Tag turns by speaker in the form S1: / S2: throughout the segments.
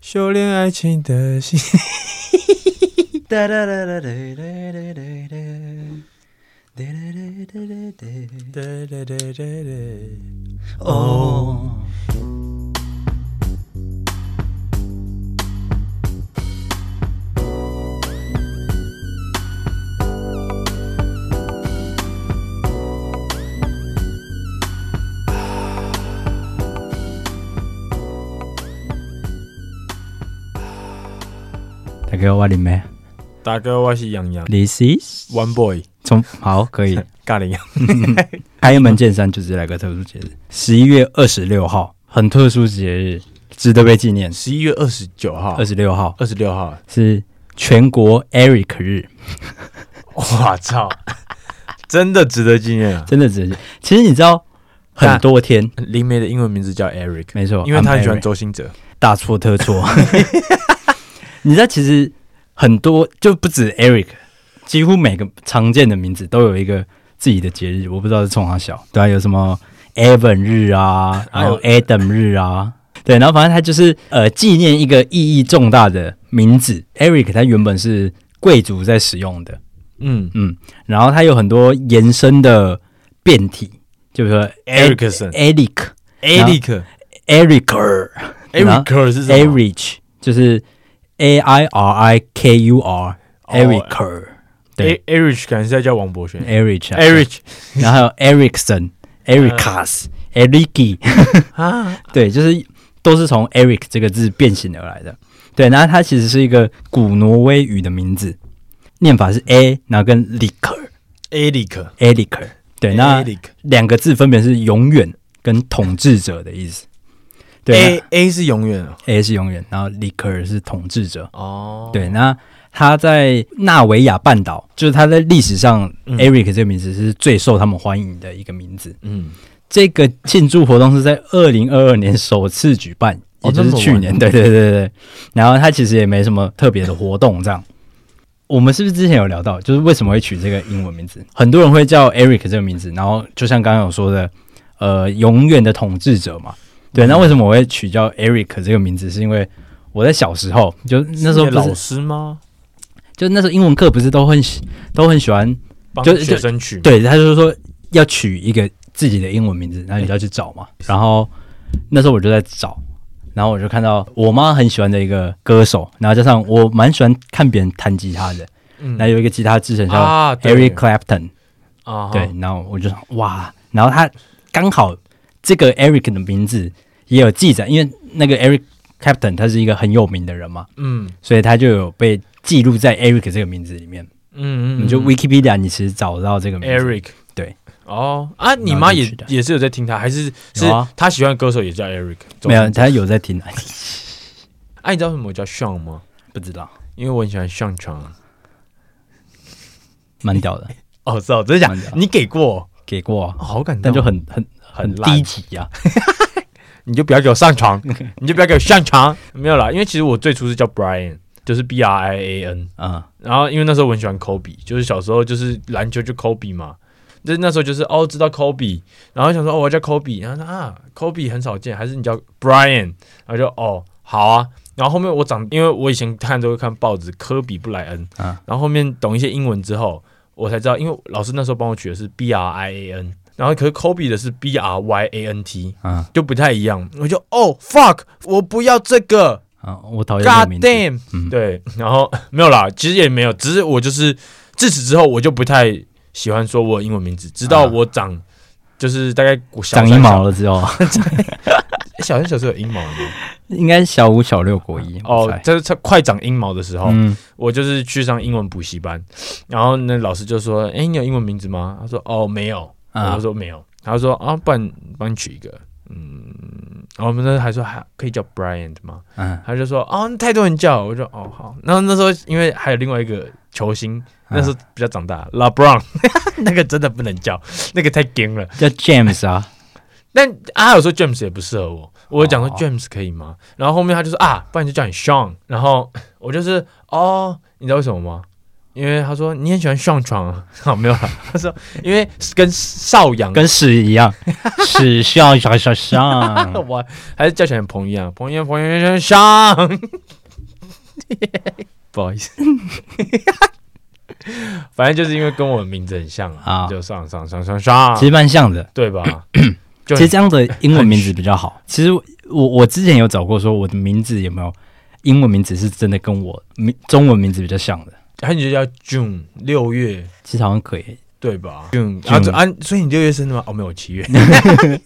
S1: 修炼爱情的 心。
S2: 哒哒哒哒哒哒哒哒哒哒哒哒哒哒。
S1: 哒哒哒哒哒
S2: 哦，
S3: 大家好，我林妹
S1: 大哥，我是杨洋
S3: ，This is
S1: ，One Boy，
S3: 从好可以
S1: 尬领羊。
S3: 开门见山，就是来个特殊节日，十一月二十六号，很特殊节日，值得被纪念。
S1: 十一月二十九号
S3: 二、十六号
S1: 二十六号，
S3: 是全国 Eric 日，
S1: 我 操，真的值得纪念啊！
S3: 真的值得。其实你知道很多天，
S1: 林梅的英文名字叫 Eric，
S3: 没错，
S1: 因为他很喜
S3: I'm
S1: 欢
S3: Eric
S1: 周星哲。
S3: 大错特错。 你知道，其实很多就不止 Eric，几乎每个常见的名字都有一个自己的节日。我不知道是冲他小，对啊，有什么 Evan 日啊，
S1: 还
S3: 还有
S1: 有
S3: Adam 日啊，对，然后反正他就是呃纪念一个意义重大的名字。Eric 他原本是贵族在使用的，
S1: 嗯
S3: 嗯，然后他有很多延伸的变体，就比如说
S1: Ericsson
S3: Eric、
S1: ，Eric。
S3: Eric、然后
S1: Eric 是什么
S3: Eric 就是 A I R I K U R
S1: 哦
S3: Eric，
S1: ？Eric
S3: 对
S1: Eric 感觉在叫王博轩
S3: Eric 啊
S1: ，Eric
S3: 然后还有 Ericsson、Ericas、Eriki，
S1: 嗯 啊，
S3: 对，就是都是从 Eric 这个字变形而来的。对，然后它其实是一个古挪威语的名字，念法是 A，然后跟 Liker、
S1: Eric，
S3: Eric，对，那
S1: Eric
S3: 两个字分别是永远跟统治者的意思。对
S1: A A 是永远哦
S3: 那，A 是永远，然后 Liker 是统治者。
S1: 哦，
S3: 对，那他在纳维亚半岛，就是他在历史上、
S1: 嗯
S3: Eric 这个名字是最受他们欢迎的一个名字。
S1: 嗯，
S3: 这个庆祝活动是在二零二二年首次举办，
S1: 哦
S3: 也就是
S1: 这么晚
S3: 去年。对对对对对。然后他其实也没什么特别的活动，这样。我们是不是之前有聊到，就是为什么会取这个英文名字？很多人会叫 Eric 这个名字，然后就像刚刚有说的，呃，永远的统治者嘛。对，
S1: 嗯
S3: 那为什么我会取叫 Eric 这个名字？是因为我在小时候，就那时候
S1: 是你的
S3: 不是
S1: 老师吗？
S3: 就那时候英文课不是都很喜都很喜欢，
S1: 帮
S3: 就
S1: 学生取名
S3: 对，他就是说要取一个自己的英文名字，然后你就要去找嘛。
S1: 嗯
S3: 然后那时候我就在找，然后我就看到我妈很喜欢的一个歌手，然后加上我蛮喜欢看别人弹吉他的，
S1: 嗯
S3: 然后有一个吉他之神叫
S1: 啊
S3: Harry Clapton，
S1: 啊，
S3: 对，然后我就想哇，然后他刚好这个 Eric 的名字也有记载，因为那个 Eric Clapton 他是一个很有名的人嘛，
S1: 嗯
S3: 所以他就有被记录在 Eric 这个名字里面。
S1: 嗯嗯，
S3: 你就
S1: 嗯
S3: Wikipedia 你其实找得到这个名字
S1: Eric
S3: 对
S1: 哦啊，你
S3: 然后
S1: 妈
S3: 就
S1: 也
S3: 取的
S1: 也是有在听他，还是是
S3: 有啊
S1: 她喜欢的歌手也叫 Eric？周
S3: 没有
S1: 深
S3: 他有在听，
S1: 啊，你知道为什么我叫 Sean 吗？
S3: 不知道，
S1: 因为我很喜欢 Sean 床。
S3: 蛮屌 的，
S1: 哦，是哦，真的假
S3: 蛮屌
S1: 的？你给过，
S3: 给 过啊、
S1: 哦好感动，
S3: 但就很很很
S1: 很烂
S3: 低级啊。
S1: 你就不要给我上 床，你就不要给我上床。没有啦，因为其实我最初是叫 Brian，就是 B R I A N。
S3: 嗯，
S1: 然后因为那时候我很喜欢 Kobe，就是小时候就是篮球就 Kobe 嘛，就是那时候就是哦知道 Kobe，然后想说哦我叫 Kobe，然后说啊 Kobe 很少见，还是你叫 Brian，然后就哦好啊。然后后面我长，因为我以前看都会看报纸，科比布莱恩，
S3: 嗯
S1: 然后后面懂一些英文之后，我才知道，因为老师那时候帮我取的是 B R I A N，然后可是 Kobe 的是 B R Y A N T，
S3: 嗯
S1: 就不太一样。我就哦 fuck，我不要这个，
S3: 啊，我讨厌这个
S1: God
S3: 名字。
S1: damn！、
S3: 嗯
S1: 对，然后没有啦，其实也没有，只是我就是自此之后，我就不太喜欢说我的英文名字，直到
S3: 啊
S1: 我长、就是大概我小
S3: 长
S1: 三
S3: 阴毛，了之后，
S1: 小诶小三小四有阴毛了吗？
S3: 应该小五、小六、国一我
S1: 哦
S3: 猜，
S1: 这这快长阴毛的时候，
S3: 嗯，
S1: 我就是去上英文补习班，然后那老师就说：“哎、你有英文名字吗？”他说：“哦，没有。”
S3: 啊
S1: 我就说：“没有。”他说：“啊，不然帮你取一个。”嗯，然后我们那还说还可以叫 Brian 的吗？
S3: 嗯，
S1: 他就说哦，太多人叫，我就哦好。然后那时候因为还有另外一个球星，
S3: 啊
S1: 那时候比较长大，LeBron，那 个真的不能叫，那个太硬了。
S3: 叫 James 啊，
S1: 但啊，有时候 James 也不适合我，我有讲说
S3: 哦
S1: James 可以吗？然后后面他就说啊，不然就叫你 Sean。然后我就是哦，你知道为什么吗？因为他说你很喜欢上床啊， 好没有啦，他说因为跟邵阳
S3: 跟屎一样，屎上上上 上，
S1: 我还是叫起来彭于晏，彭于晏，彭于晏上， 不好意思， 反正就是因为跟我的名字很像啊，
S3: 啊
S1: 就上上上上上
S3: 其，实蛮像的。
S1: 对吧？就
S3: 其实这样的英文名字比较好。其实我我之前有找过，说我的名字有没有英文名字是真的跟我名中文名字比较像的。
S1: 还有你就叫 June 六月
S3: 其实好像可以
S1: 对吧？June 啊
S3: June
S1: 啊，所以你六月生的吗？哦，没有，我七月。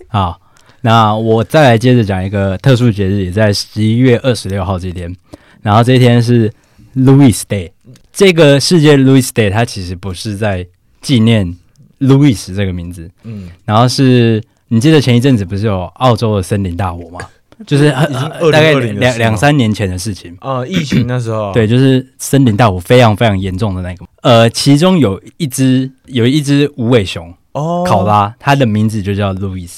S3: 好，啊那我再来接着讲一个特殊节日，也在十一月二十六号这天，然后这一天是 Louis Day。这个世界 Louis Day 它其实不是在纪念 Louis 这个名字，
S1: 嗯，
S3: 然后是你记得前一阵子不是有澳洲的森林大火 吗？就是很
S1: 已经
S3: 呃大概
S1: 2020的事吗
S3: 两两三年前的事情。
S1: 呃，疫情那时候，
S3: 对，就是森林大火非常非常严重的那个。呃，其中有一只有一只无尾熊
S1: 哦，
S3: 考拉，它的名字就叫 Louis。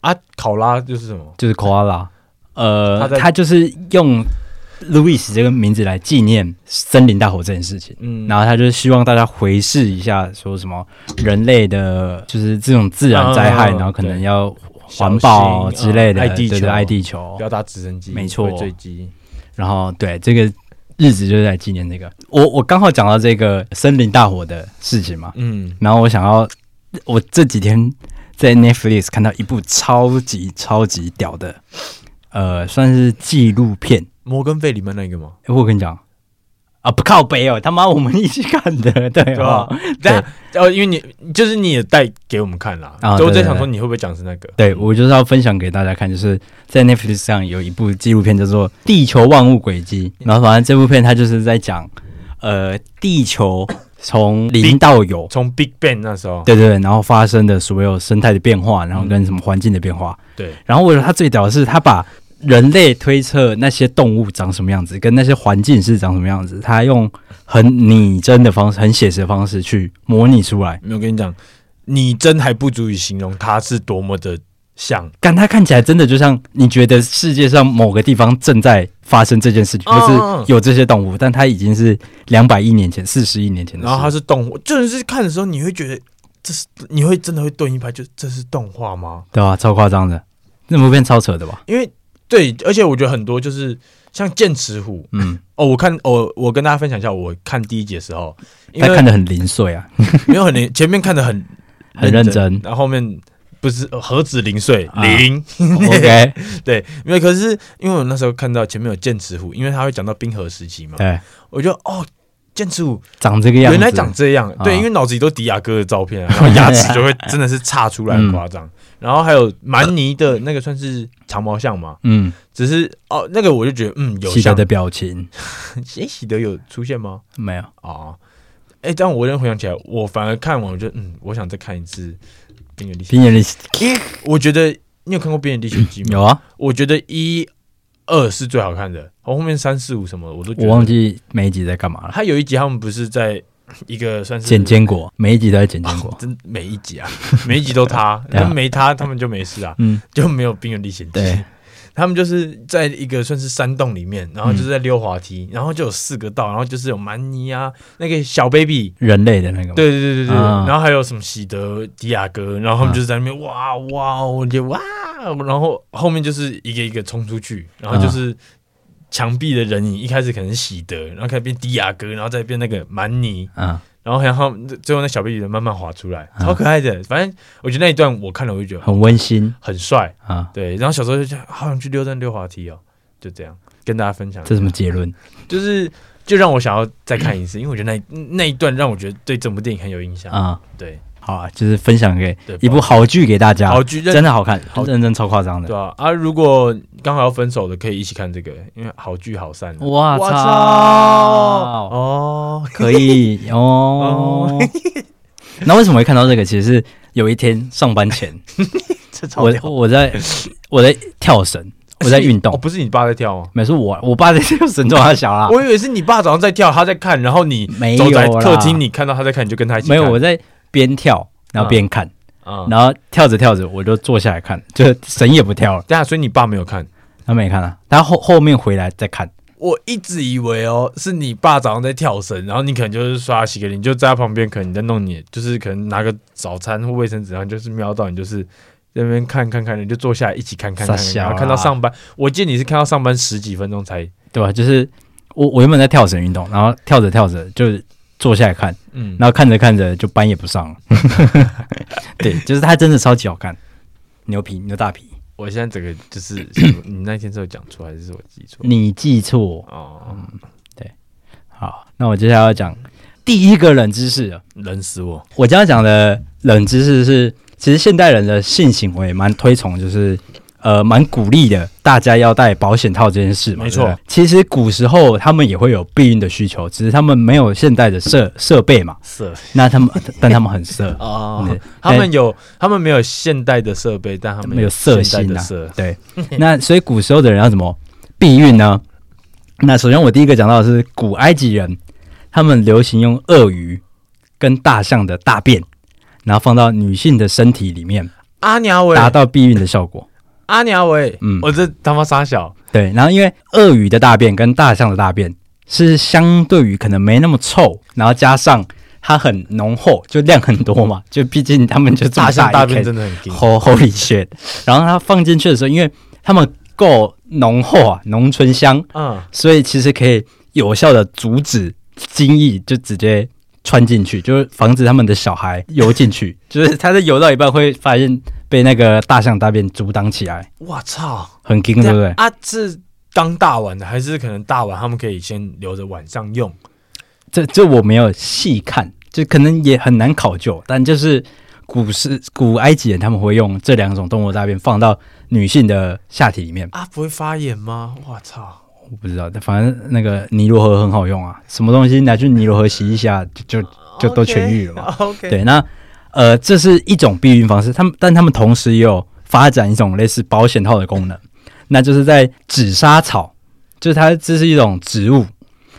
S1: 啊，考拉就是什么？
S3: 就是 koala，
S1: 他
S3: 呃，
S1: 在
S3: 他就是用 Louis 这个名字来纪念森林大火这件事情。
S1: 嗯，
S3: 然后他就是希望大家回视一下，说什么人类的，就是这种自然灾害，
S1: 嗯
S3: 然后可能要
S1: 小
S3: 环保啊
S1: 心
S3: 之类的，
S1: 嗯爱地球
S3: 对对，呃爱地球
S1: 不。要搭直升机，
S3: 没错
S1: 会坠机。
S3: 然后对这个日子就是在纪念这个。我我刚好讲到这个森林大火的事情嘛，
S1: 嗯，
S3: 然后我想要，我这几天在 Netflix 看到一部超级超级屌的，呃，算是纪录片。
S1: 摩根费里曼那个吗？
S3: 欸我跟你讲啊，不靠北哦，他妈我们一起看的， 哦对吧？
S1: 对，哦，因为你就是你也带给我们看啦，
S3: 啊
S1: 所以我
S3: 对
S1: 在
S3: 对
S1: 想说
S3: 对
S1: 你会不会讲是那个？
S3: 对，我就是要分享给大家看，就是在 Netflix 上有一部纪录片叫做《地球万物轨迹》，然后反正这部片它就是在讲，呃，地球从零到有，
S1: 从 Big Bang 那时候，
S3: 对对对，然后发生的所有生态的变化，然后跟什么环境的变化，
S1: 对，
S3: 然后我觉得它最屌的是它把。人类推测那些动物长什么样子，跟那些环境是长什么样子，它用很拟真的方式、很写实的方式去模拟出来。
S1: 没有我跟你讲，你真还不足以形容它是多么的像，
S3: 但它看起来真的就像你觉得世界上某个地方正在发生这件事情，
S1: 嗯
S3: 就是有这些动物，但它已经是两百亿年前、四十亿年前的
S1: 然后它
S3: 事。
S1: 是动画，就是看的时候你会觉得这是你会真的会顿一拍，就这是动画吗？
S3: 对啊，超夸张的，那部片超扯的吧？
S1: 因为对，而且我觉得很多就是像剑齿虎
S3: 嗯，
S1: 哦，我看我我跟大家分享一下，我看第一集的时候，因
S3: 但
S1: 为
S3: 看得很零碎啊，
S1: 没有很认前面看的很
S3: 很认真。
S1: 然后后面不是呃何止零碎
S3: 啊
S1: 零，
S3: OK，
S1: 对，因为可是因为我那时候看到前面有剑齿虎，因为他会讲到冰河时期嘛，
S3: 对，
S1: 我就哦，剑齿虎
S3: 哎长这个样子。
S1: 原来长这样，对，
S3: 啊
S1: 因为脑子里都迪亚哥的照片、啊，然后牙齿就会真的是岔出
S3: 嗯
S1: 来很夸张，然后还有蛮尼的那个算是长毛象嘛，
S3: 嗯，
S1: 只是哦那个我就觉得嗯有
S3: 喜德
S1: 像
S3: 的，表情
S1: 诶喜德有出现吗？
S3: 没有。
S1: 哦，哎，但我认回想起来，我反而看完我就嗯，我想再看一次冰原历险
S3: 冰原历险
S1: 记，因为我觉得你有看过冰原历险记吗？
S3: 有啊，
S1: 我觉得一二是最好看的，后面三四五什么的我都觉得
S3: 我忘。记每一集在干嘛了。
S1: 他有一集他们不是在一个算是
S3: 捡坚果，每一集都在捡坚
S1: 哦
S3: 果。
S1: 真每一集啊，每一集都他，
S3: 对啊
S1: 但没他他们就没事啊，
S3: 嗯，
S1: 就没有冰原历险记。
S3: 对，
S1: 他们就是在一个算是山洞里面，然后就是在溜滑梯，然后就有四个道，然后就是有蛮尼啊，那个小 baby，
S3: 人类的那个嘛。
S1: 对对对对对，
S3: 啊嗯
S1: 然后还有什么喜德、迪亚哥，然后他们就是在那边、哇哇，我就哇，然后后面就是一个一个冲出去，然
S3: 嗯
S1: 后就是墙壁的人影，一开始可能是喜德，然后开始变迪亚哥，然后再变那个蛮尼，
S3: 嗯，
S1: 然后然后最后那小 baby 人慢慢滑出来，超可爱的。反正我觉得那一段我看了，我就觉得
S3: 很温馨
S1: 很帅，
S3: 啊。
S1: 对。然后小时候就觉得好想去溜蛋溜滑梯哦，就这样跟大家分享，
S3: 这什么结论？
S1: 就是就让我想要再看一次，因为我觉得那那一段让我觉得对整部电影很有印象，
S3: 啊、
S1: 对。
S3: 好啊，就是分享给
S1: 对
S3: 一部好剧给大家，
S1: 好剧认
S3: 真的好看，
S1: 好
S3: 认真超夸张的
S1: 对。啊，啊，如果刚好要分手的，可以一起看这个，因为好聚好散。啊
S3: 哇
S1: 哇
S3: 操！
S1: 哦，
S3: 可以哦。 那为什么会看到这个？其实是有一天上班前，
S1: 这 超
S3: 我我在我在跳绳，我在 运
S1: 哦，
S3: 动。
S1: 不是你爸在跳吗？
S3: 没事，我我爸在跳 绳，抓他小啦。
S1: 我以为是你爸早上在跳，他在看，然后你
S3: 没有
S1: 走在
S3: 啦
S1: 客厅，你看到他在看，你就跟他一起
S3: 没
S1: 看。
S3: 有，我在边跳然后边看，
S1: 啊，
S3: 然后跳着跳着我就坐下来看，就绳也不跳了。
S1: 对啊，所以你爸没有看。
S3: 他没看啊，他后后面回来再看。
S1: 我一直以为哦，是你爸早上在跳绳，然后你可能就是刷洗个脸，你就在他旁边，可能你在弄你，就是可能拿个早餐或卫生纸，然后就是瞄到你，就是在那边看看看，你就坐下来一起看看看
S3: 傻
S1: 看，
S3: 小啊
S1: 然后看到上班。我见你是看到上班十几分钟才，
S3: 对吧、就是我我原本在跳绳运动，然后跳着跳着就坐下来看，
S1: 嗯，
S3: 然后看着看着就班也不 上了。对，就是他真的超级好看，牛皮牛大皮。
S1: 我现在整个就是想说你那天是有讲错还是我记错？
S3: 你嗯记错，
S1: 哦，
S3: 好，那我接下来要讲第一个冷知识了。啊
S1: 冷死我！
S3: 我将要讲的冷知识是，其实现代人的性行为蛮推崇，就是呃蛮鼓励的，大家要戴保险套这件事嘛。
S1: 没错
S3: 对不对，其实古时候他们也会有避孕的需求，只是他们没有现代的设设备嘛。
S1: 色
S3: 那 他们，但他们很色，
S1: 哦
S3: 对，
S1: 他们有，他们没有现代的设备，但他们
S3: 没有色
S1: 现代
S3: 心
S1: 的
S3: 啊
S1: 色。
S3: 对，那所以古时候的人要怎么避孕呢？那首先我第一个讲到的是古埃及人，他们流行用鳄鱼跟大象的大便，然后放到女性的身体里面，
S1: 阿娘喂，
S3: 达到避孕的效果。
S1: 阿娘喂，
S3: 嗯
S1: 我这他妈傻小，
S3: 对，然后因为鳄鱼的大便跟大象的大便是相对于可能没那么臭，然后加上它很浓厚，就量很多嘛，就毕竟他们就这么
S1: 大象大
S3: 一
S1: 便
S3: 坑
S1: 真的很硬。
S3: Ho- Holy shit！然后它放进去的时候，因为它们够浓厚啊，浓醇香，
S1: 嗯，
S3: 所以其实可以有效的阻止精液就直接穿进去，就是防止他们的小孩游进去。就是它在游到一半会发现被那个大象大便阻挡起来，
S1: 我操，
S3: 很惊，对不对？
S1: 啊，是刚大完的，还是可能大完他们可以先留着晚上用？
S3: 这这我没有细看，就可能也很难考究，但就是。古时古埃及人他们会用这两种动物的大便放到女性的下体里面，
S1: 啊，不会发炎吗？我操，
S3: 我不知道，但反正那个尼罗河很好用啊，什么东西拿去尼罗河洗一下，就就就都痊愈了嘛。
S1: OK，
S3: 对，那呃，这是一种避孕方式，他们但他们同时也有发展一种类似保险套的功能， 那就是在紫砂草，就是它这是一种植物，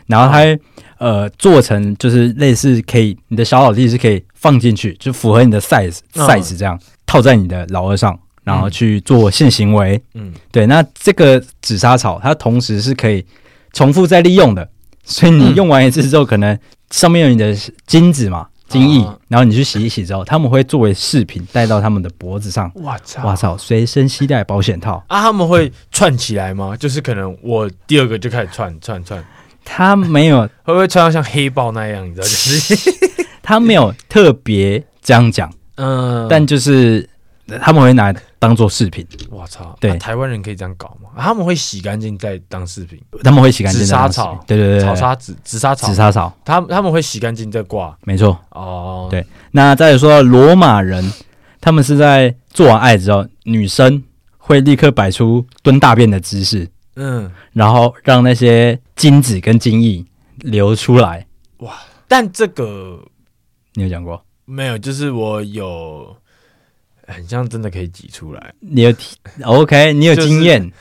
S3: 然后它、
S1: 哦
S3: 呃做成就是类似可以你的小老弟是可以放进去，就符合你的 size
S1: 嗯
S3: size 这样、套在你的老二上，然后去做性行为。
S1: 嗯，
S3: 对，那这个紫砂草它同时是可以重复再利用的，所以你
S1: 嗯
S3: 用完一次之后，可能上面有你的精子嘛、精液
S1: 啊，
S3: 然后你去洗一洗之后，他们会作为饰品戴到他们的脖子上。
S1: 我操，
S3: 哇操，随身携带保险套，
S1: 啊，他们会串起来吗？就是可能我第二个就开始串串串，
S3: 它没有，
S1: 会不会串到像黑豹那样？你知道， 就是
S3: 它没有特别这样讲，
S1: 嗯，
S3: 但就是他们会拿来当做饰品，
S1: 我操，
S3: 对
S1: 啊台湾人可以这样搞吗？啊他们会洗干净再当饰品，
S3: 他们会洗干净
S1: 紫
S3: 的当
S1: 砂
S3: 饰品。
S1: 草，
S3: 对对对对，
S1: 草沙紫紫砂草
S3: 紫，砂草，
S1: 他他们会洗干净再挂
S3: 没错。
S1: 哦，
S3: 对那再有说到罗马人，他们是在做完爱之后，女生会立刻摆出蹲大便的姿势，
S1: 嗯，
S3: 然后让那些精子跟精液流出来。
S1: 但这个
S3: 你有讲过？
S1: 没有，就是我有很像真的可以挤出来，
S3: 你有提哦 OK？你有
S1: 就是
S3: 经验？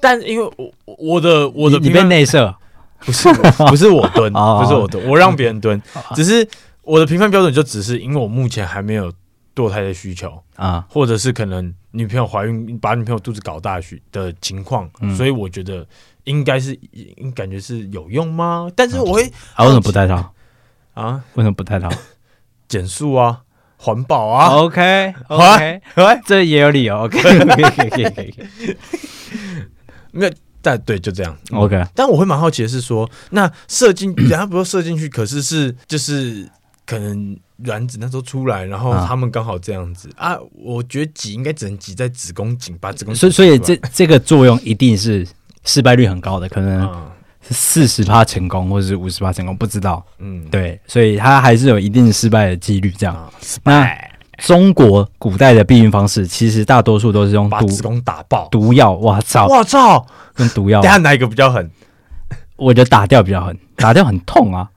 S1: 但因为我我我的我的
S3: 你你
S1: 平
S3: 被
S1: 衡
S3: 内射，
S1: 不是 我不是我蹲，
S3: 哦
S1: 不是我蹲，我让别人蹲，只是我的评判标准就只是因为我目前还没有堕胎的需求，
S3: 啊？
S1: 或者是可能女朋友怀孕把女朋友肚子搞大需的情况，
S3: 嗯
S1: 所以我觉得应该是应感觉是有用吗？但是我会
S3: 啊，为什么不戴套？
S1: 啊
S3: 为什么不戴套
S1: 减速啊，环保啊。
S3: 哦？OK
S1: 啊
S3: OK，这也有理由。OK OK
S1: 没有，但对，就这样。
S3: OK，
S1: 但我会蛮好奇的是说，那射进， 人家不是射进去，可是是就是可能卵子那时候出来，然后
S3: 啊
S1: 他们刚好这样子啊。我觉得挤应该只能挤在子宫颈，把子宫
S3: 所
S1: 挤
S3: 以所以
S1: 出来
S3: 这这个作用一定是失败率很高的，可能
S1: 啊
S3: 四十趴成功或者是五十趴成功，不知道。
S1: 嗯
S3: 对，所以它还是有一定失败的几率。这样，
S1: 啊，
S3: 那中国古代的避孕方式，其实大多数都是用
S1: 把
S3: 毒
S1: 子宫打爆。
S3: 毒哦药。哇操，
S1: 我操！
S3: 用毒药
S1: 等，下哪一个比较狠？
S3: 我觉得打掉比较狠，打掉很痛啊，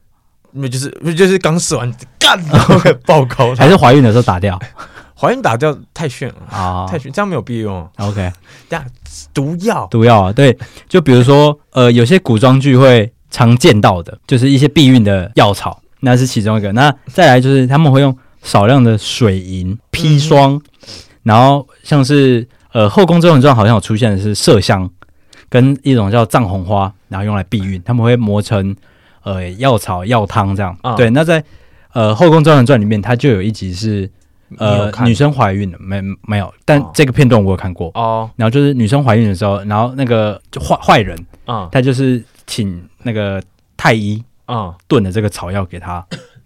S1: 那就是就是刚射完干，然后给爆高。
S3: 还是怀孕的时候打掉
S1: 怀孕打掉 太炫了，
S3: 啊
S1: 太炫，这样没有必要用。
S3: ？OK，
S1: 等下毒药
S3: 毒药啊，对，就比如说呃，有些古装剧会常见到的，就是一些避孕的药草，那是其中一个。那再来就是他们会用少量的水银
S1: 嗯
S3: 砒霜，然后像是呃《后宫甄嬛传》好像有出现的是麝香，跟一种叫藏红花，然后用来避孕，他们会磨成呃药草药汤这样。
S1: 啊
S3: 对，那在呃《后宫甄嬛传》里面，它就有一集是
S1: 你
S3: 呃
S1: 有看
S3: 女生怀孕了，没没有，但
S1: 哦
S3: 这个片段我有看过。
S1: 哦
S3: 然后就是女生怀孕的时候，然后那个就坏坏人，
S1: 啊
S3: 他就是请那个太医
S1: 啊
S3: 炖的这个草药给他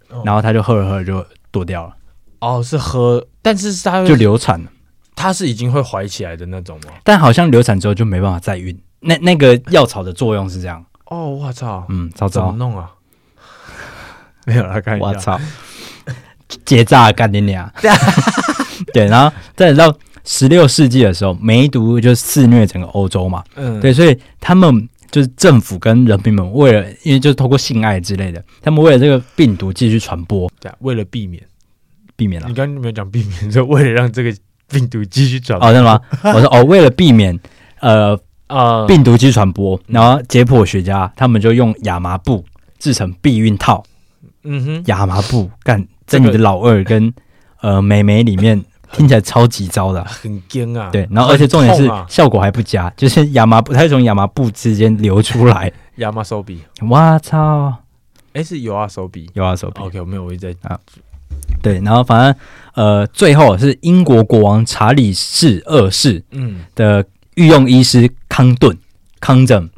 S1: 哦，
S3: 然后他就喝了喝了就堕掉了，
S1: 哦是喝，但是是他
S3: 就流产了。
S1: 他是已经会怀起来的那种吗？
S3: 但好像流产之后就没办法再孕。那那个药草的作用是这样，
S1: 哦，我操，
S3: 嗯，糟
S1: 怎么
S3: 糟，
S1: 弄啊？ 没有啦，看
S3: 我
S1: 一下，
S3: 操， 结扎干你俩。 对，然后再到十六世纪的时候，梅毒就肆虐整个欧洲嘛，
S1: 嗯，
S3: 对，所以他们就是政府跟人民们为了，因为就是透过性爱之类的，他们为了这个病毒继续传播，
S1: 对啊，为了避免，
S3: 避免了
S1: 你。刚刚没有讲避免，是为了让这个病毒继续转
S3: 哦，真的吗？我说哦，为了避免呃
S1: 啊，
S3: 病毒继续传播，然后解剖学家他们就用亚麻布制成避孕套，
S1: 嗯哼，
S3: 亚麻布干在
S1: 这个
S3: 你的老二跟呃美眉里面听起来超级糟的 啊、
S1: 很惊啊，
S3: 对，然后而且重点
S1: 很
S3: 是
S1: 痛啊
S3: 效果还不佳，就是亚麻布它是从亚麻布之间流出来，
S1: 亚麻手比，
S3: 哇操，
S1: 哎，是有啊手比
S3: 有啊手臂。
S1: ，OK，我没有，我一直在
S3: 对，然后反正呃最后是英国国王查理士二世
S1: 嗯
S3: 的御用医师康顿康正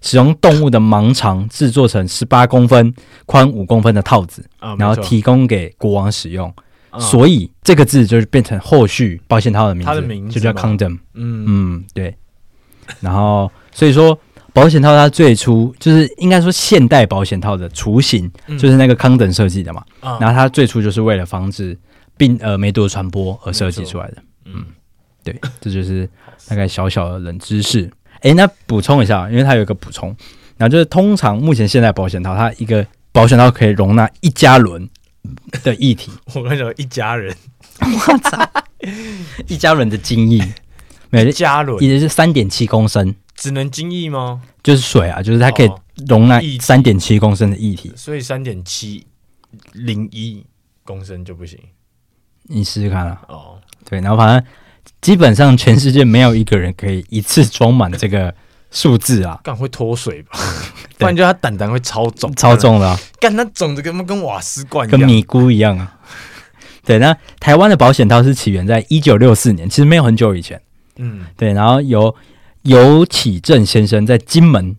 S3: 使用动物的盲肠制作成十八公分、宽五公分的套子，
S1: 啊，
S3: 然后
S1: 没错
S3: 提供给国王使用。
S1: 啊
S3: 所以这个字就是变成后续保险套的名字，
S1: 它的名字
S3: 就叫
S1: 嘛
S3: condom。
S1: 嗯
S3: 嗯，对。然后所以说保险套它最初就是应该说现代保险套的雏形
S1: 嗯
S3: 就是那个 condom 设计的嘛。
S1: 啊
S3: 然后它最初就是为了防止病呃梅毒的传播而设计
S1: 没错
S3: 出来的。
S1: 嗯
S3: 对，这就是大概小小的冷知识。诶，那补充一下，因为它有一个补充，然后就是通常目前现在保险套，它一个保险套可以容纳一加仑的液体，
S1: 我跟你讲，一家人，
S3: 一加仑的精液， 没有，
S1: 一家人
S3: 也就是三点七公升，
S1: 只能精益吗？
S3: 就是水啊，就是它可以
S1: 哦
S3: 容纳
S1: 液体
S3: 三点七公升的液体。
S1: 所以三点七零一公升就不行
S3: 你试试看啊，
S1: 哦。
S3: 对，然后反正基本上全世界没有一个人可以一次装满这个数字啊，
S1: 干会脱水吧？ 不然就他胆胆会超肿，
S3: 嗯超。重的、啊。
S1: 干那肿的跟他妈跟瓦斯罐嗯一
S3: 跟
S1: 样。
S3: 米姑一样啊。对，那台湾的保险套是起源在一九六四年，其实没有很久以前。
S1: 嗯，
S3: 对，然后由尤启正先生在金门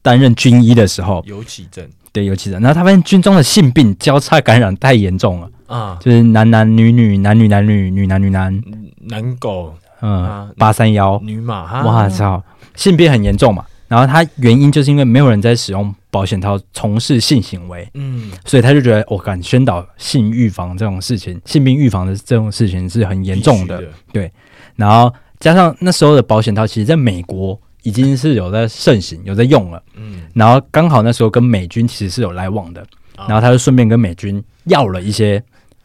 S3: 担任军医的时候，
S1: 有起症
S3: 对尤启正，然后他发现军中的性病交叉感染太严重了，
S1: 啊，
S3: 就是男男女女、男女男女、女男女男，
S1: 嗯男狗、啊
S3: 嗯，八三幺，
S1: 女马哈，
S3: 哇操，性病很严重嘛。然后他原因就是因为没有人在使用保险套从事性行为，
S1: 嗯
S3: 所以他就觉得我敢宣导性预防这种事情，性病预防的这种事情是很严重的。
S1: 必须的
S3: 然后加上那时候的保险套，其实在美国已经是有在盛行、有在用了。
S1: 嗯，
S3: 然后刚好那时候跟美军其实是有来往的，
S1: 啊
S3: 然后他就顺便跟美军要了一些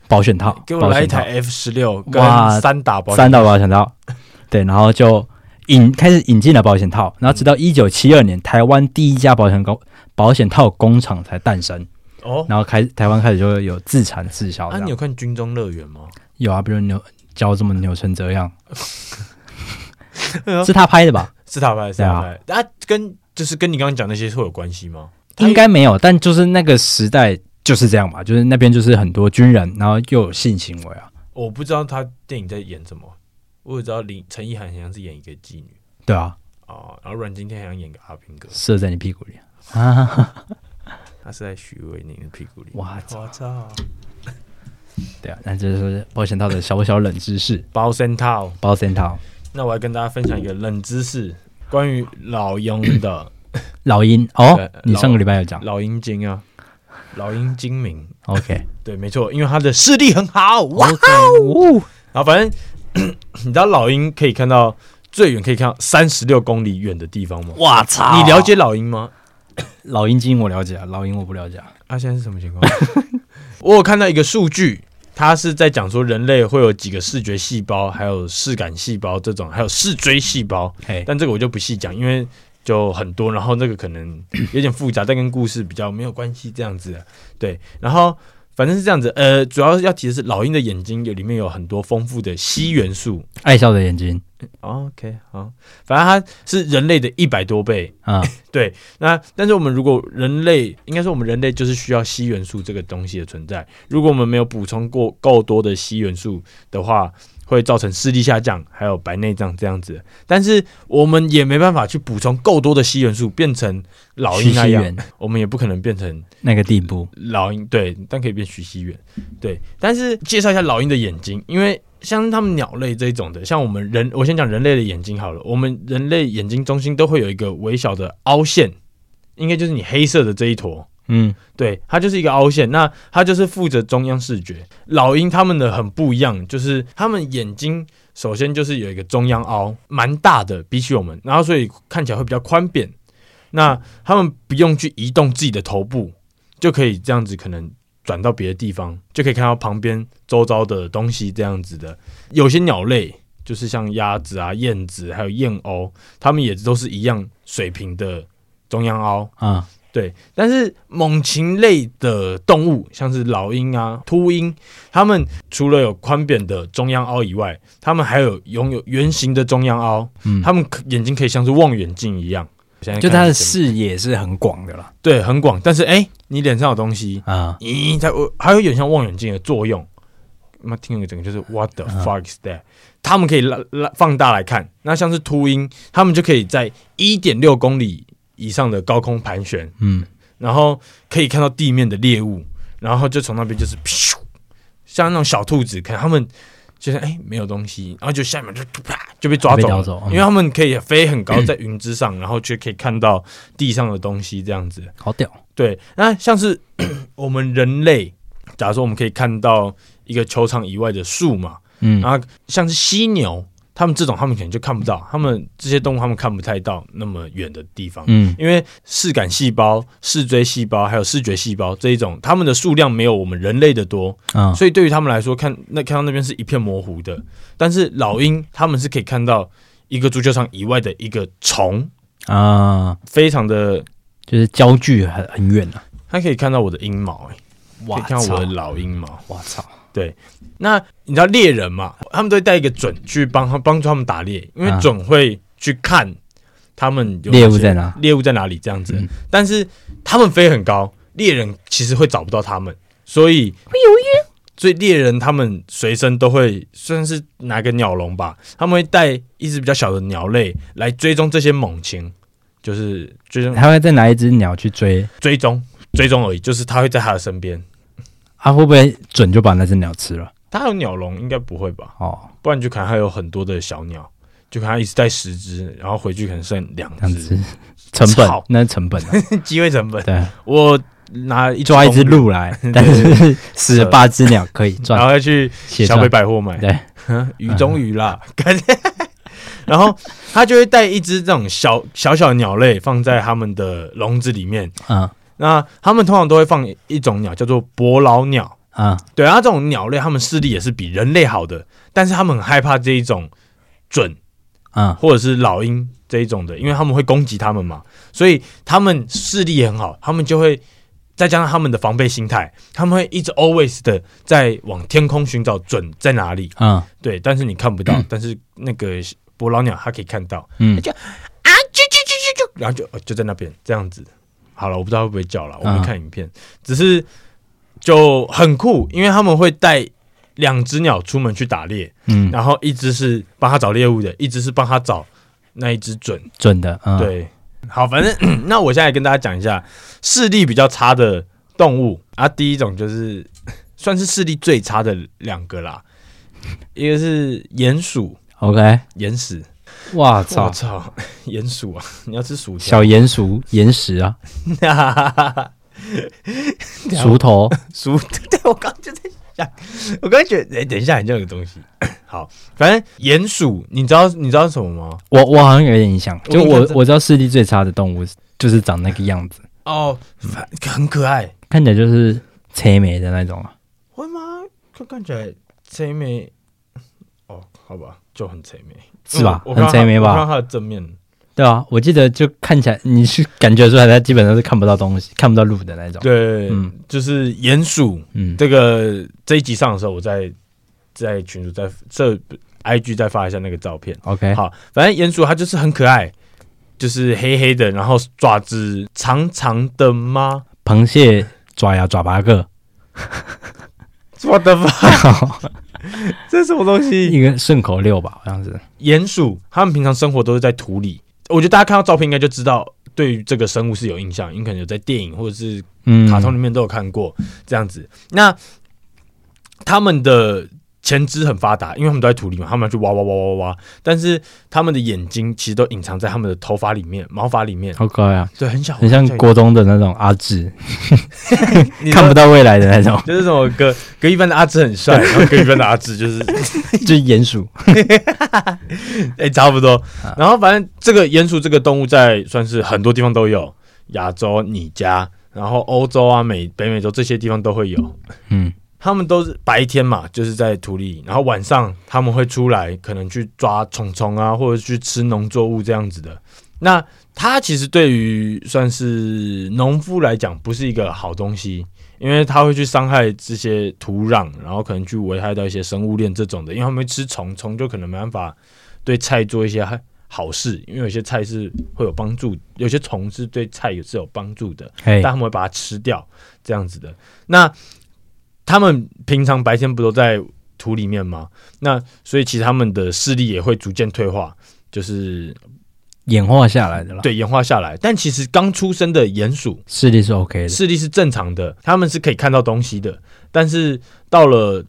S3: 保险套，
S1: 给我来一台
S3: 保险
S1: F 十六跟
S3: 哇
S1: 三打
S3: 套
S1: 包
S3: 三道保险套，对，然后就引开始引进了保险套，然后直到
S1: 嗯
S3: 一九七二年，台湾第一家保险公保险套工厂才诞生，
S1: 哦。
S3: 然后开台湾开始就有自产自销这
S1: 啊，
S3: 样。
S1: 你有看《军中乐园》吗？
S3: 有啊，比如扭教这么扭成 这样
S1: 哎呦，
S3: 是他拍的吧？
S1: 是他拍，是他拍。啊，跟就是跟你刚刚讲那些会有关系吗？他
S3: 应该没有，但就是那个时代就是这样嘛，就是那边就是很多军人，然后又有性行为啊，
S1: 我不知道他电影在演什么，我只知道林陈意涵好像是演一个妓女
S3: 对啊，
S1: 哦，然后阮经天好像演个阿兵哥，
S3: 射在你屁股里啊，
S1: 他是在徐伟宁的屁股里。
S3: 哇操，
S1: 我操！
S3: 对啊，那这就是保险套的小小冷知识，
S1: 包身套，
S3: 保险套
S1: 那我来跟大家分享一个冷知识，关于老鹰的
S3: 老鹰哦
S1: 对，
S3: 你
S1: 老
S3: 上个礼拜有讲
S1: 老鹰精啊，老鹰精明。
S3: ，OK，
S1: 对，没错，因为它的视力很好哇。
S3: 哦，
S1: 然后反正 你知道老鹰可以看到最远可以看到三十六公里远的地方吗？
S3: 哇操
S1: 你了解老鹰吗？
S3: 老鹰精我了解啊，老鹰我不了解啊，
S1: 啊，现在是什么情况？我有看到一个数据，它是在讲说人类会有几个视觉细胞，还有视感细胞这种，还有视锥细胞。
S3: 嘿，
S1: 但这个我就不细讲，因为就很多，然后那个可能 有点复杂，但跟故事比较没有关系这样子。对，然后反正是这样子。呃，主要要提的是，老鹰的眼睛有里面有很多丰富的硒元素，
S3: 爱笑的眼睛，
S1: 哦 OK，好，反正它是人类的一百多倍。
S3: 啊，
S1: 对，那但是我们如果人类，应该说我们人类就是需要硒元素这个东西的存在。如果我们没有补充过够多的硒元素的话，会造成视力下降，还有白内障这样子。但是我们也没办法去补充够多的硒元素，变成老鹰
S3: 徐
S1: 那
S3: 熙
S1: 样
S3: 媛。
S1: 我们也不可能变成
S3: 那个地步，
S1: 老鹰对，但可以变徐熙媛对。但是介绍一下老鹰的眼睛，因为像他们鸟类这一种的，像我们人，我先讲人类的眼睛好了。我们人类眼睛中心都会有一个微小的凹陷，应该就是你黑色的这一坨，
S3: 嗯，
S1: 对，它就是一个凹陷。那它就是负责中央视觉。老鹰它们的很不一样，就是它们眼睛首先就是有一个中央凹，蛮大的，比起我们，然后所以看起来会比较宽扁。那它们不用去移动自己的头部，就可以这样子可能转到别的地方，就可以看到旁边周遭的东西这样子的。有些鸟类就是像鸭子啊、燕子还有燕鸥，它们也都是一样水平的中央凹。
S3: 啊，
S1: 对，但是猛禽类的动物，像是老鹰啊、秃鹰，它们除了有宽扁的中央凹以外，它们还有拥有圆形的中央凹，
S3: 嗯，
S1: 它们可眼睛可以像是望远镜一样。现在
S3: 就
S1: 看
S3: 他的
S1: 什么
S3: 视野是很广的啦，
S1: 对很广，但是哎、你脸上有东西，
S3: 啊，
S1: 咦，它我还有点像望远镜的作用。妈，听了整个就是 What the
S3: 啊
S1: fuck is that？、他们可以拉拉放大来看，那像是秃鹰，他们就可以在一点六公里以上的高空盘旋。
S3: 嗯，
S1: 然后可以看到地面的猎物，然后就从那边就是咻，像那种小兔子，看它们就是哎没有东西，然后就下面就啪就被抓走
S3: 被叼
S1: 了，
S3: 走嗯
S1: 因为它们可以飞很高，在云之上，然后却可以看到地上的东西这样子。
S3: 好屌，
S1: 对，那像是 我们人类，假如说我们可以看到一个球场以外的树嘛，
S3: 嗯
S1: 然后像是犀牛，它们这种它们可能就看不到，它们这些动物它们看不太到那么远的地方。
S3: 嗯
S1: 因为视感细胞、视锥细胞还有视觉细胞这一种，它们的数量没有我们人类的多，
S3: 啊，
S1: 所以对于它们来说，看那看到那边是一片模糊的。但是老鹰它们是可以看到一个足球场以外的一个虫，
S3: 啊，
S1: 非常的，
S3: 就是焦距很很远啊，
S1: 它可以看到我的阴毛、欸，可
S3: 哇
S1: 以看到
S3: 操
S1: 我的，老阴毛。
S3: 哇操，
S1: 那你知道猎人嘛？他们都会带一个准去帮他帮助他们打猎，因为
S3: 啊
S1: 准会去看他们有
S3: 猎物
S1: 哪些
S3: 在哪
S1: 猎物在哪里这样子。
S3: 嗯
S1: 但是他们飞很高，猎人其实会找不到他们，所以所以猎人他们随身都会算是拿个鸟笼吧，他们会带一只比较小的鸟类来追踪这些猛禽，就是追踪
S3: 他会再拿一只鸟去追，
S1: 追踪追踪而已，就是它会在它的身边。
S3: 啊，会不会准就把那只鸟吃了？
S1: 它有鸟笼，应该不会吧？
S3: 哦，
S1: 不然你就看它有很多的小鸟，就看它一直带十只，然后回去可能剩两
S3: 这样
S1: 只
S3: 子，成本
S1: 操
S3: 那是成 本啊，
S1: 机会 成本。
S3: 对，啊
S1: 我拿一
S3: 抓一只
S1: 公
S3: 鹿 来，但是死了八只鸟可以
S1: 然
S3: 赚，
S1: 后再去
S3: 血
S1: 小北
S3: 赚，
S1: 百货买
S3: 对，
S1: 鱼中鱼啦，感觉。然后他就会带一只这种小小小的鸟类放在他们的笼子里面。
S3: 嗯
S1: 那他们通常都会放一种鸟叫做伯劳鸟，
S3: 嗯，
S1: 对，然后这种鸟类它们视力也是比人类好的，但是他们很害怕这一种准
S3: 嗯
S1: 或者是老鹰这一种的，因为他们会攻击他们嘛，所以他们视力也很好，他们就会再加上他们的防备心态，他们会一直 always 的在往天空寻找准在哪里。
S3: 嗯
S1: 对，但是你看不到，但是那个伯劳鸟它可以看到，哎啊
S3: 嗯，
S1: 然后就呃就在那边这样子。好了，我不知道会不会叫了，我没
S3: 嗯
S1: 看影片，只是就很酷，因为他们会带两只鸟出门去打猎，
S3: 嗯，
S1: 然后一只是帮他找猎物的，一只是帮他找那一只准。
S3: 准的，嗯，
S1: 对，好，反正 那我现在跟大家讲一下视力比较差的动物啊。第一种就是算是视力最差的两个啦，一个是鼹鼠，
S3: ，OK，
S1: 眼屎，
S3: 哇
S1: 我
S3: 操，
S1: 操， 鼹鼠啊！你要吃薯条
S3: 小？鼹鼠岩石啊，
S1: 啊
S3: 鼠头，
S1: 薯？ 对，我刚就在想，我刚觉得，哎、等一下，你这个东西。 好，反正鼹鼠，你知道你知道什么吗？
S3: 我我好像有点印象，就
S1: 我跟你
S3: 我
S1: 看这
S3: 我知道视力最差的动物就是长那个样子，
S1: 哦，反很可爱，
S3: 看起来就是催眉的那种啊，
S1: 会吗？看看起来贼眉，哦，好吧，就很贼眉，
S3: 是吧？
S1: 我
S3: 很催眉
S1: 我看到它我看到
S3: 吧？
S1: 它的正面，
S3: 对啊，我记得就看起来你是感觉出来，它基本上是看不到东西，看不到路的那种。
S1: 对，
S3: 嗯
S1: 就是鼹鼠。
S3: 嗯，
S1: 这个这一集上的时候，我在在群主在社 IG 再发一下那个照片。
S3: OK，
S1: 好，反正鼹鼠它就是很可爱，就是黑黑的，然后爪子长长的吗
S3: 螃蟹爪牙爪八个，
S1: ？What the fuck？这是 什么东西？
S3: 一个顺口溜吧，好像是。
S1: 鼹鼠它们平常生活都是在土里，我觉得大家看到照片应该就知道，对于这个生物是有印象，你可能有在电影或者是
S3: 嗯，
S1: 卡通里面都有看过这样子。那他们的前肢很发达，因为他们都在土里嘛，他们要去挖挖挖挖挖，但是他们的眼睛其实都隐藏在他们的头发里面、毛发里面，
S3: 好可爱啊，
S1: 对，很小，
S3: 很像国中的那种阿志，
S1: 你
S3: 看不
S1: 到。，
S3: 到未来的那种
S1: 就是什么隔隔一班的阿志很帅，然后隔一班的阿志就是
S3: 就是鼹鼠。
S1: 哎、差不多。然后反正这个鼹鼠这个动物在算是很多地方都有，亚洲、你家，然后欧洲啊、美北美洲这些地方都会有。
S3: 嗯，
S1: 他们都是白天嘛，就是在土里，然后晚上他们会出来，可能去抓虫虫啊，或者去吃农作物这样子的。那它其实对于算是农夫来讲，不是一个好东西，因为它会去伤害这些土壤，然后可能去危害到一些生物链这种的，因为他们会吃虫，虫就可能没办法对菜做一些好事，因为有些菜是会有帮助，有些虫是对菜也是有帮助的。
S3: 嘿
S1: 但，他们会把它吃掉，这样子的。那他们平常白天不都在土里面吗？那所以其实他们的视力也会逐渐退化，就是
S3: 演化下来的啦，，
S1: 对演化下来。但其实刚出生的鼹鼠
S3: 视力是 OK 的。
S1: 视力是正常的，他们是可以看到东西的。但是到了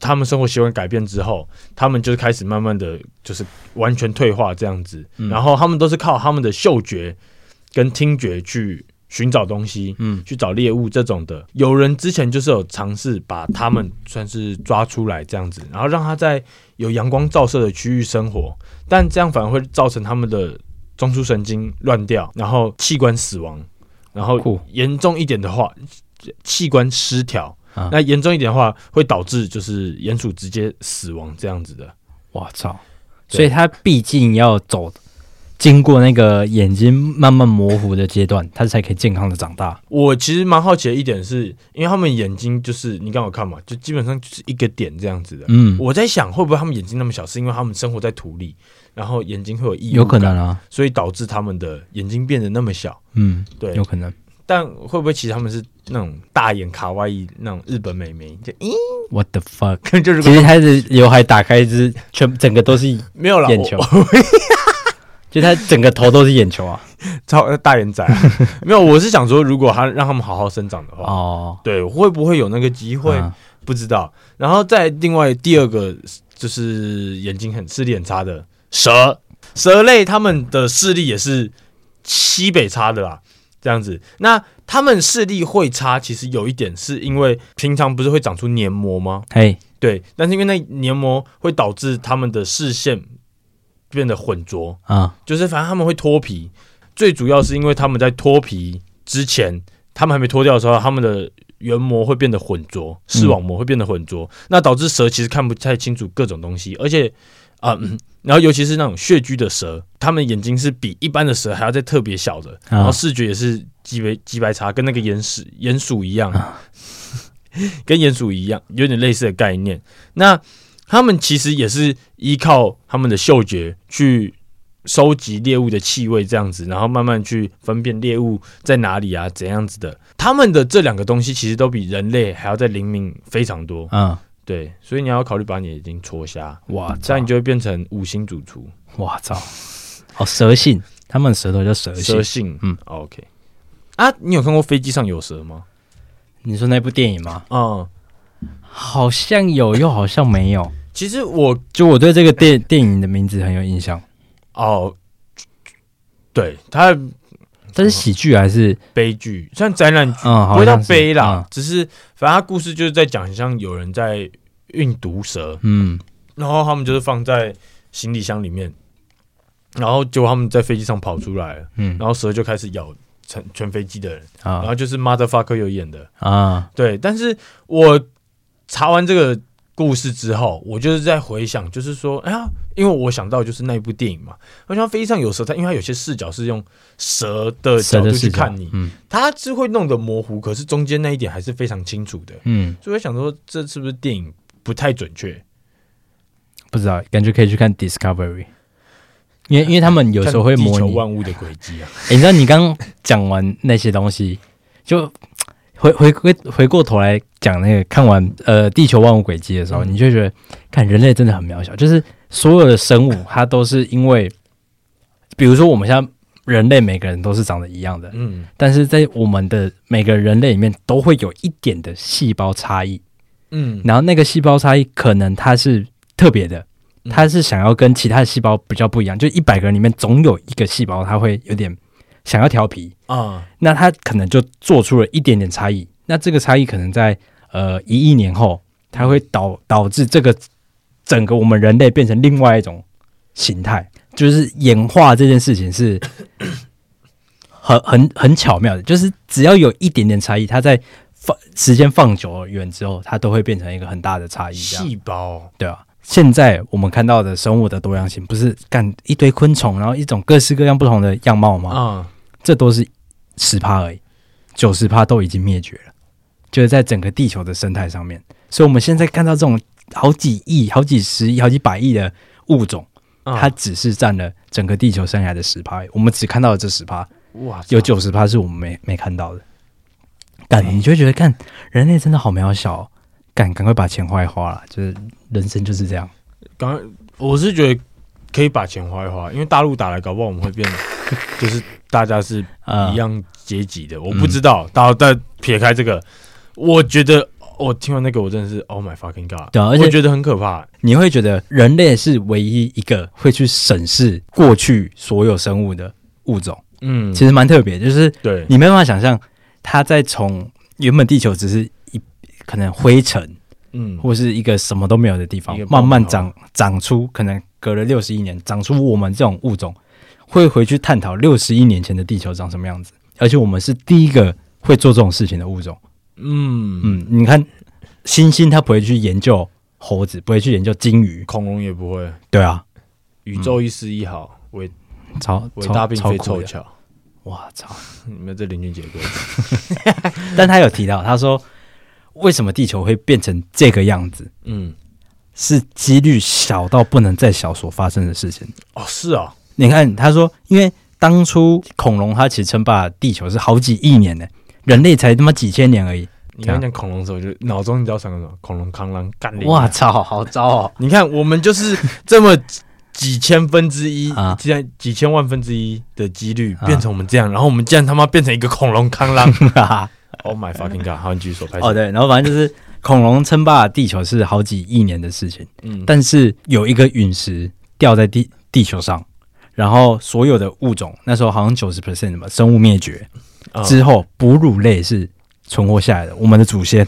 S1: 他们生活习惯改变之后，他们就开始慢慢的就是完全退化这样子。
S3: 嗯
S1: 然后他们都是靠他们的嗅觉跟听觉去寻找东西，
S3: 嗯，
S1: 去找猎物这种的。有人之前就是有尝试把它们算是抓出来这样子，然后让它在有阳光照射的区域生活，但这样反而会造成它们的中枢神经乱掉，然后器官死亡，然后
S3: 酷
S1: 严重一点的话，器官失调。
S3: 啊
S1: 那严重一点的话，会导致就是鼹鼠直接死亡这样子的。
S3: 我操！
S1: 对
S3: 所以它毕竟要走经过那个眼睛慢慢模糊的阶段，它才可以健康的长大。
S1: 我其实蛮好奇的一点是，因为他们眼睛就是你刚好看嘛，就基本上就是一个点这样子的。
S3: 嗯，
S1: 我在想，会不会他们眼睛那么小，是因为他们生活在土里，然后眼睛会有异物
S3: 有可能
S1: 感
S3: 啊，
S1: 所以导致他们的眼睛变得那么小。
S3: 嗯，
S1: 对
S3: 有，可能。
S1: 但会不会其实他们是那种大眼卡哇伊那种日本美眉，就咦，
S3: What the fuck？
S1: 就是
S3: 其实它的刘海打开之全整个都是
S1: 没有了，
S3: 眼
S1: 我
S3: 球，就它整个头都是眼球啊。
S1: 超大眼仔啊、没有。我是想说，如果他让他们好好生长的话，
S3: 哦，
S1: 对，会不会有那个机会？
S3: 啊
S1: 不知道。然后再另外第二个就是眼睛很视力很差的蛇，蛇类它们的视力也是西北差的啦，啊这样子。那它们视力会差，其实有一点是因为平常不是会长出黏膜吗？
S3: 嘿，
S1: 对，但是因为那黏膜会导致它们的视线变得混浊，
S3: 啊，
S1: 就是反正他们会脱皮，最主要是因为他们在脱皮之前，他们还没脱掉的时候，他们的原膜会变得混浊，视网膜会变得混浊，那导致蛇其实看不太清楚各种东西，而且啊、嗯，然后尤其是那种穴居的蛇，它们眼睛是比一般的蛇还要再特别小的，
S3: 啊
S1: 然后视觉也是极为极白差，跟那个鼹鼠鼹鼠一样， 跟鼹鼠一样，有点类似的概念。那他们其实也是依靠他们的嗅觉去收集猎物的气味，这样子，然后慢慢去分辨猎物在哪里啊，怎样子的。他们的这两个东西其实都比人类还要再灵敏非常多，
S3: 嗯，
S1: 对，所以你要考虑把你的眼睛戳瞎，
S3: 哇，
S1: 这
S3: 这
S1: 样你就会变成五星主厨
S3: 哇操，哦，蛇性，他们的舌头叫蛇性
S1: 蛇。性。哦
S3: 嗯
S1: ，OK。啊，你有看过飞机上有蛇吗？
S3: 你说那部电影吗？
S1: 嗯，
S3: 好像有，又好像没有。
S1: 其实我
S3: 就我对这个电电影的名字很有印象，
S1: 哦，对，它的
S3: 这是喜剧还是
S1: 悲剧算灾难剧。
S3: 嗯，
S1: 不
S3: 好
S1: 会到
S3: 像是
S1: 悲啦，，只是反正他故事就是在讲，像有人在运毒蛇，
S3: 嗯
S1: 然后他们就是放在行李箱里面，然后结果他们在飞机上跑出来了，
S3: 嗯
S1: 然后蛇就开始咬全全飞机的人，然
S3: 啊
S1: 后就是 motherfucker 有演的，
S3: 啊，
S1: 对，但是我查完这个故事之后，我就是在回想，就是说，哎呀，因为我想到就是那一部电影嘛，我想到飞机上有蛇，它因为它有些视角是用蛇的角
S3: 蛇
S1: 度
S3: 的
S1: 去
S3: 视角
S1: 看你，
S3: 嗯
S1: 它是会弄得模糊，可是中间那一点还是非常清楚的，
S3: 嗯，
S1: 所以我想说，这是不是电影不太准确？
S3: 不知道，感觉可以去看 Discovery，因为因为他们有时候会
S1: 看地
S3: 模
S1: 球
S3: 拟。
S1: 万物的轨迹啊。
S3: 诶你知道你刚刚讲完那些东西，就回回回回过头来讲那个看完呃《地球万物轨迹》的时候，
S1: 嗯
S3: 你就觉得，看人类真的很渺小，就是所有的生物它都是因为，比如说我们现在人类每个人都是长得一样的，
S1: 嗯，
S3: 但是在我们的每个人类里面都会有一点的细胞差异，
S1: 嗯，
S3: 然后那个细胞差异可能它是特别的，
S1: 嗯
S3: 它是想要跟其他的细胞比较不一样，就一百个人里面总有一个细胞它会有点想要调皮，
S1: 啊，
S3: 那它可能就做出了一点点差异，那这个差异可能在呃一亿年后，它会导导致这个整个我们人类变成另外一种形态，就是演化这件事情是 很很很巧妙的，就是只要有一点点差异，它在放时间放久远之后，它都会变成一个很大的差异，这样
S1: 细胞，
S3: 对啊。现在我们看到的生物的多样性，不是干一堆昆虫，然后一种各式各样不同的样貌吗？
S1: 啊，
S3: 这都是十趴而已，九十趴都已经灭绝了，就是在整个地球的生态上面。所以我们现在看到这种好几亿、好几十亿、好几百亿的物种，
S1: 啊
S3: 它只是占了整个地球生涯的十趴，我们只看到了这十趴，
S1: 哇，
S3: 有九十趴是我们没没看到的。感你就会觉得，看人类真的好渺小、哦，赶赶快把钱花一花啦，就是人生就是这样。
S1: 刚刚我是觉得可以把钱花一花，因为大陆打来，搞不好我们会变， 就是大家是
S3: 呃
S1: 一，样阶级
S3: 嗯
S1: 的，我不知道。到但撇开这个，我觉得我听完那个，我真的是 Oh my fucking god！
S3: 对啊而且
S1: 我觉得很可怕。
S3: 你会觉得人类是唯一一个会去审视过去所有生物的物种。
S1: 嗯，
S3: 其实蛮特别，就是
S1: 对，
S3: 你没办法想象，它在从原本地球只是一可能灰尘
S1: 嗯，
S3: 或是一个什么都没有的地方
S1: 一个，泡
S3: 慢慢
S1: 泡
S3: 长长出，可能隔了六十一年，长出我们这种物种，会回去探讨六十一年前的地球长什么样子，而且我们是第一个会做这种事情的物种。
S1: 嗯，
S3: 嗯，你看猩猩它不会去研究猴子，不会去研究鲸鱼，
S1: 恐龙也不会，
S3: 对啊，
S1: 宇宙一丝一毫，伟
S3: 超
S1: 伟
S3: 超
S1: 大并
S3: 超
S1: 非
S3: 酷
S1: 凑
S3: 的，
S1: 巧。
S3: 哇操！
S1: 你们这邻居结构，
S3: 但他有提到，他说为什么地球会变成这个样子，
S1: 嗯，
S3: 是几率小到不能再小所发生的事情。
S1: 哦，是哦，
S3: 你看，他说，因为当初恐龙它其实称霸地球是好几亿年呢，人类才他妈几千年而已。
S1: 你刚才讲恐龙的时候，我就脑中你知道想个什么？恐龙扛狼干你！
S3: 哇操，好糟哦！
S1: 你看，我们就是这么几千分之一
S3: 啊，
S1: 这样几千万分之一的几率
S3: 啊
S1: 变成我们这样，然后我们竟然他妈变成一个恐龙康 狼
S3: 哈哈
S1: ！Oh my fucking god！好，你继续说，拍手
S3: 哦对，然后反正就是恐龙称霸地球是好几亿年的事情，
S1: 嗯，
S3: 但是有一个陨石掉在地地球上，然后所有的物种那时候好像九十 percent 嘛，生物灭绝，
S1: 啊
S3: 之后，哺乳类是存活下来的，我们的祖先，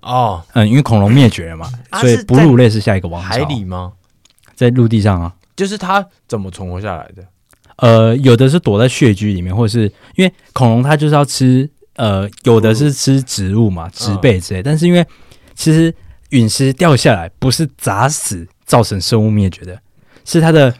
S1: 哦，
S3: 嗯，因为恐龙灭绝了嘛，
S1: 啊
S3: 所以
S1: 是
S3: 哺乳类是下一个王朝。
S1: 海里吗？
S3: 在陆地上啊，
S1: 就是它怎么存活下来的？
S3: 呃，有的是躲在穴居里面，或者是因为恐龙它就是要吃，呃，有的是吃植物嘛，
S1: 嗯
S3: 植被之类，但是因为其实陨石掉下来不是砸死造成生物灭绝的，是它的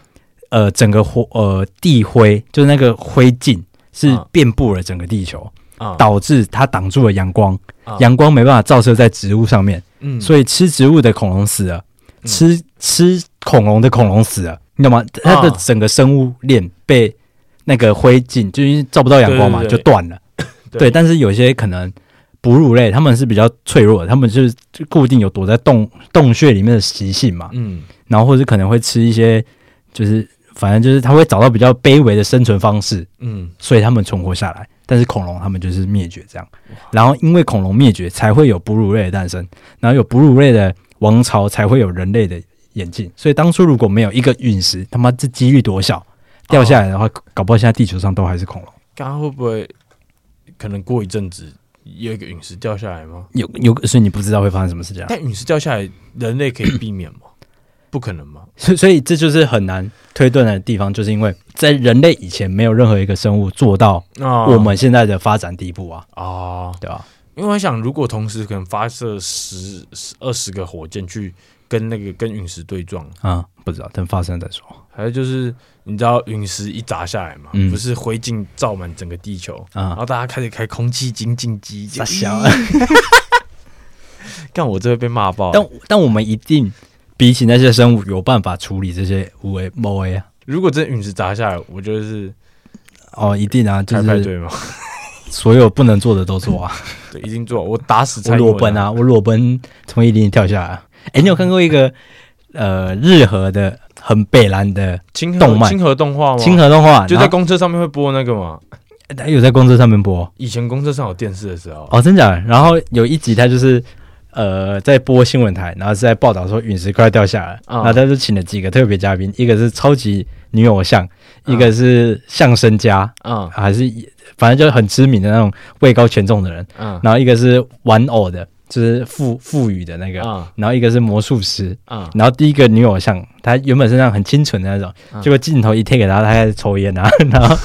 S3: 呃整个火呃地灰就是那个灰烬是
S1: 嗯
S3: 遍布了整个地球，
S1: 啊，
S3: 导致它挡住了阳光
S1: 啊，
S3: 阳光没办法照射在植物上面，
S1: 嗯，
S3: 所以吃植物的恐龙死了，
S1: 嗯
S3: 吃吃恐龙的恐龙死了，你懂吗？
S1: 啊
S3: 它的整个生物链被那个灰烬，就是因为照不到阳光嘛，
S1: 对对
S3: 就
S1: 对
S3: 断了。对，但是有些可能哺乳类，它们是比较脆弱的，它们就是固定有躲在洞洞穴里面的习性嘛，
S1: 嗯
S3: 然后或者可能会吃一些，就是反正就是它会找到比较卑微的生存方式，
S1: 嗯，
S3: 所以他们存活下来。但是恐龙他们就是灭绝这样，然后因为恐龙灭绝才会有哺乳类的诞生，然后有哺乳类的王朝才会有人类的演进。所以当初如果没有一个陨石，他妈这几率多小，掉下来的话，搞不好现在地球上都还是恐龙。
S1: 刚刚会不会可能过一阵子有一个陨石掉下来吗？
S3: 有有，所以你不知道会发生什么事情啊、
S1: 但陨石掉下来，人类可以避免吗？不可能吗？
S3: 所以所以这就是很难推断的地方，就是因为在人类以前没有任何一个生物做到
S1: 啊
S3: 我们现在的发展地步啊，
S1: 啊，
S3: 对吧、
S1: 因为我想，如果同时可能发射十、十二十个火箭去跟那个跟陨石对撞，
S3: 啊？嗯，不知道，等发生了再说。
S1: 还有就是你知道陨石一砸下来嘛，
S3: 嗯
S1: 不是灰烬罩满整个地球，然
S3: 啊、
S1: 后大家开始开空气精进机，就
S3: 傻小
S1: 咦干我这会被骂爆。
S3: 但但我们一定比起那些生物有办法处理这些无为 o A 啊。
S1: 如果真陨石砸下来，我就是
S3: 哦，一定啊，就
S1: 开派
S3: 是
S1: 对嗯嘛，
S3: 所有不能做的都做啊。
S1: 对，一定做，我打死
S3: 我
S1: 蔡英
S3: 裸
S1: 文
S3: 奔啊，我裸奔从一零跳下来啊。哎、你有看过一个呃日和的很北蓝的
S1: 清河
S3: 动漫
S1: 清河动画吗？
S3: 亲和动画，
S1: 就在
S3: 然后
S1: 公车上面会播那个嘛。
S3: 他有在公车上面播
S1: 以前公车上有电视的时候，
S3: 哦，真假的？然后有一集他就是呃在播新闻台，然后是在报道说陨石快掉下来，
S1: 嗯
S3: 然后他就请了几个特别嘉宾，一个是超级女偶像，
S1: 嗯
S3: 一个是相声家，
S1: 嗯
S3: 还是反正就是很知名的那种位高权重的人，
S1: 嗯
S3: 然后一个是玩偶的，就是赋赋予的那个，
S1: 嗯
S3: 然后一个是魔术师，
S1: 嗯，
S3: 然后第一个女偶像，她原本身上很清纯的那种，
S1: 嗯
S3: 结果镜头一贴给她，她开始抽烟啊， 然后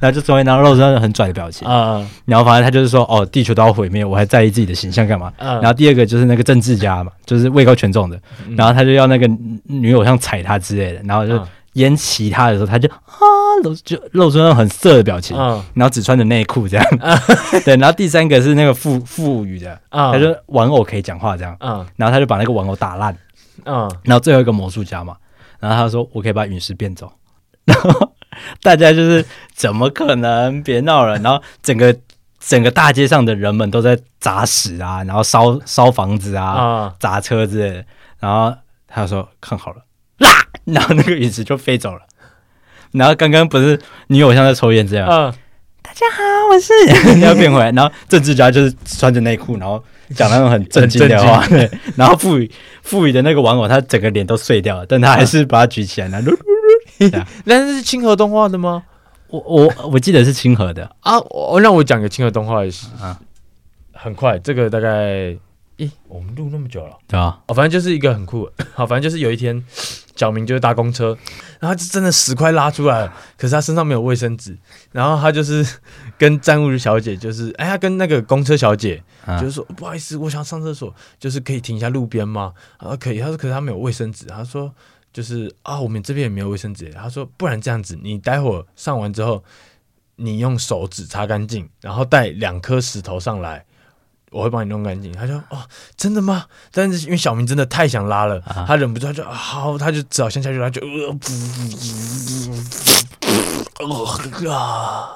S3: 然后就抽烟，然后露出那种很拽的表情，
S1: 啊
S3: 然后反正她就是说，哦，地球都要毁灭，我还在意自己的形象干嘛？
S1: 嗯
S3: 然后第二个就是那个政治家嘛，就是位高权重的，然后他就要那个女女偶像踩他之类的，然后就
S1: 嗯
S3: 烟骑他的时候，他就啊露就露出那种很色的表情，
S1: 嗯
S3: 然后只穿着内裤这样，对，然后第三个是那个赋赋予的，
S1: 嗯
S3: 他就玩偶可以讲话这样，
S1: 嗯
S3: 然后他就把那个玩偶打烂。
S1: 嗯，
S3: 然后最后一个魔术家嘛，然后他说我可以把陨石变走， 然后大家就是怎么可能？别闹了！然后整个整个大街上的人们都在砸屎啊，然后烧烧房子啊，
S1: 啊
S3: 砸车之类的。然后他说看好了， 啦，然后那个陨石就飞走了。然后刚刚不是女偶像在抽烟这样，
S1: 嗯，
S3: 要变回来。然后政治家就是穿着内裤，然后讲那种很震惊的话，对。然后赋予赋予的那个玩偶，他整个脸都碎掉了，但他还是把它举起来。然后噜
S1: 那是清河动画的吗？
S3: 我我我记得是清河的，
S1: 啊，我让我讲个清河动画的事
S3: 啊
S1: 很快，这个大概，咦，我们录那么久了。
S3: 对吧？
S1: 哦，反正就是一个很酷的，好，反正就是有一天，小明就是搭公车，然后他就真的屎快拉出来了，可是他身上没有卫生纸，然后他就是 跟站务小姐，就是哎，他跟那个公车小姐，
S3: 嗯
S1: 就是说不好意思，我想上厕所，就是可以停一下路边吗？啊，可以，他说可是他没有卫生纸，他说就是啊，我们这边也没有卫生纸，他说不然这样子，你待会儿上完之后，你用手指擦干净，然后带两颗石头上来。我会帮你弄干净。他说：“哦，真的吗？”但是因为小明真的太想拉了，他忍不住，他就啊好，他就只好先下去，他就呃，噗哦啊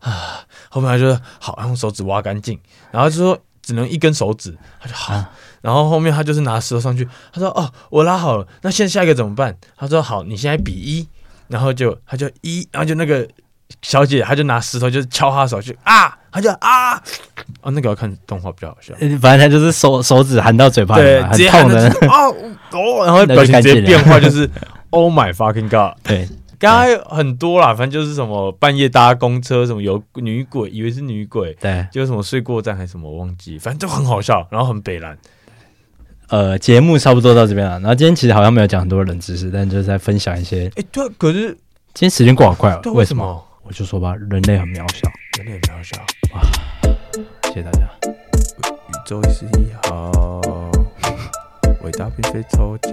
S1: 啊！后面他就说好，用手指挖干净，然后就说只能一根手指，他就好。然后后面他就是拿石头上去，他说哦，我拉好了，那现在下一个怎么办？他说好，你现在比一，然后就他就一，然后就那个小姐，她就拿石头就敲他手，就啊，他就啊，哦，那个要看动画比较好笑。
S3: 呃反正他就是手手指含到嘴巴里
S1: 对
S3: 嘛，，
S1: 直接
S3: 很痛
S1: 按
S3: 的
S1: 那。哦哦，然后
S3: 那就
S1: 表情直接
S3: 干净了
S1: 变化就是 Oh my fucking god！
S3: 对，
S1: 刚才很多啦，反正就是什么半夜搭公车，什么有女鬼，以为是女鬼，
S3: 对，
S1: 结果什么睡过站还是什么，我忘记，反正就很好笑，然后很北蓝。
S3: 呃，节目差不多到这边了。然后今天其实好像没有讲很多冷知识，但就是在分享一些。
S1: 哎，对啊，可是
S3: 今天时间过好快哦
S1: 对，啊
S3: 为
S1: 为
S3: 什
S1: 什
S3: 么？
S1: 么
S3: 我就说吧，人类很渺小。
S1: 人类比较小？
S3: 谢谢大家。
S1: 宇宙一十一号，伟大并非抽奖。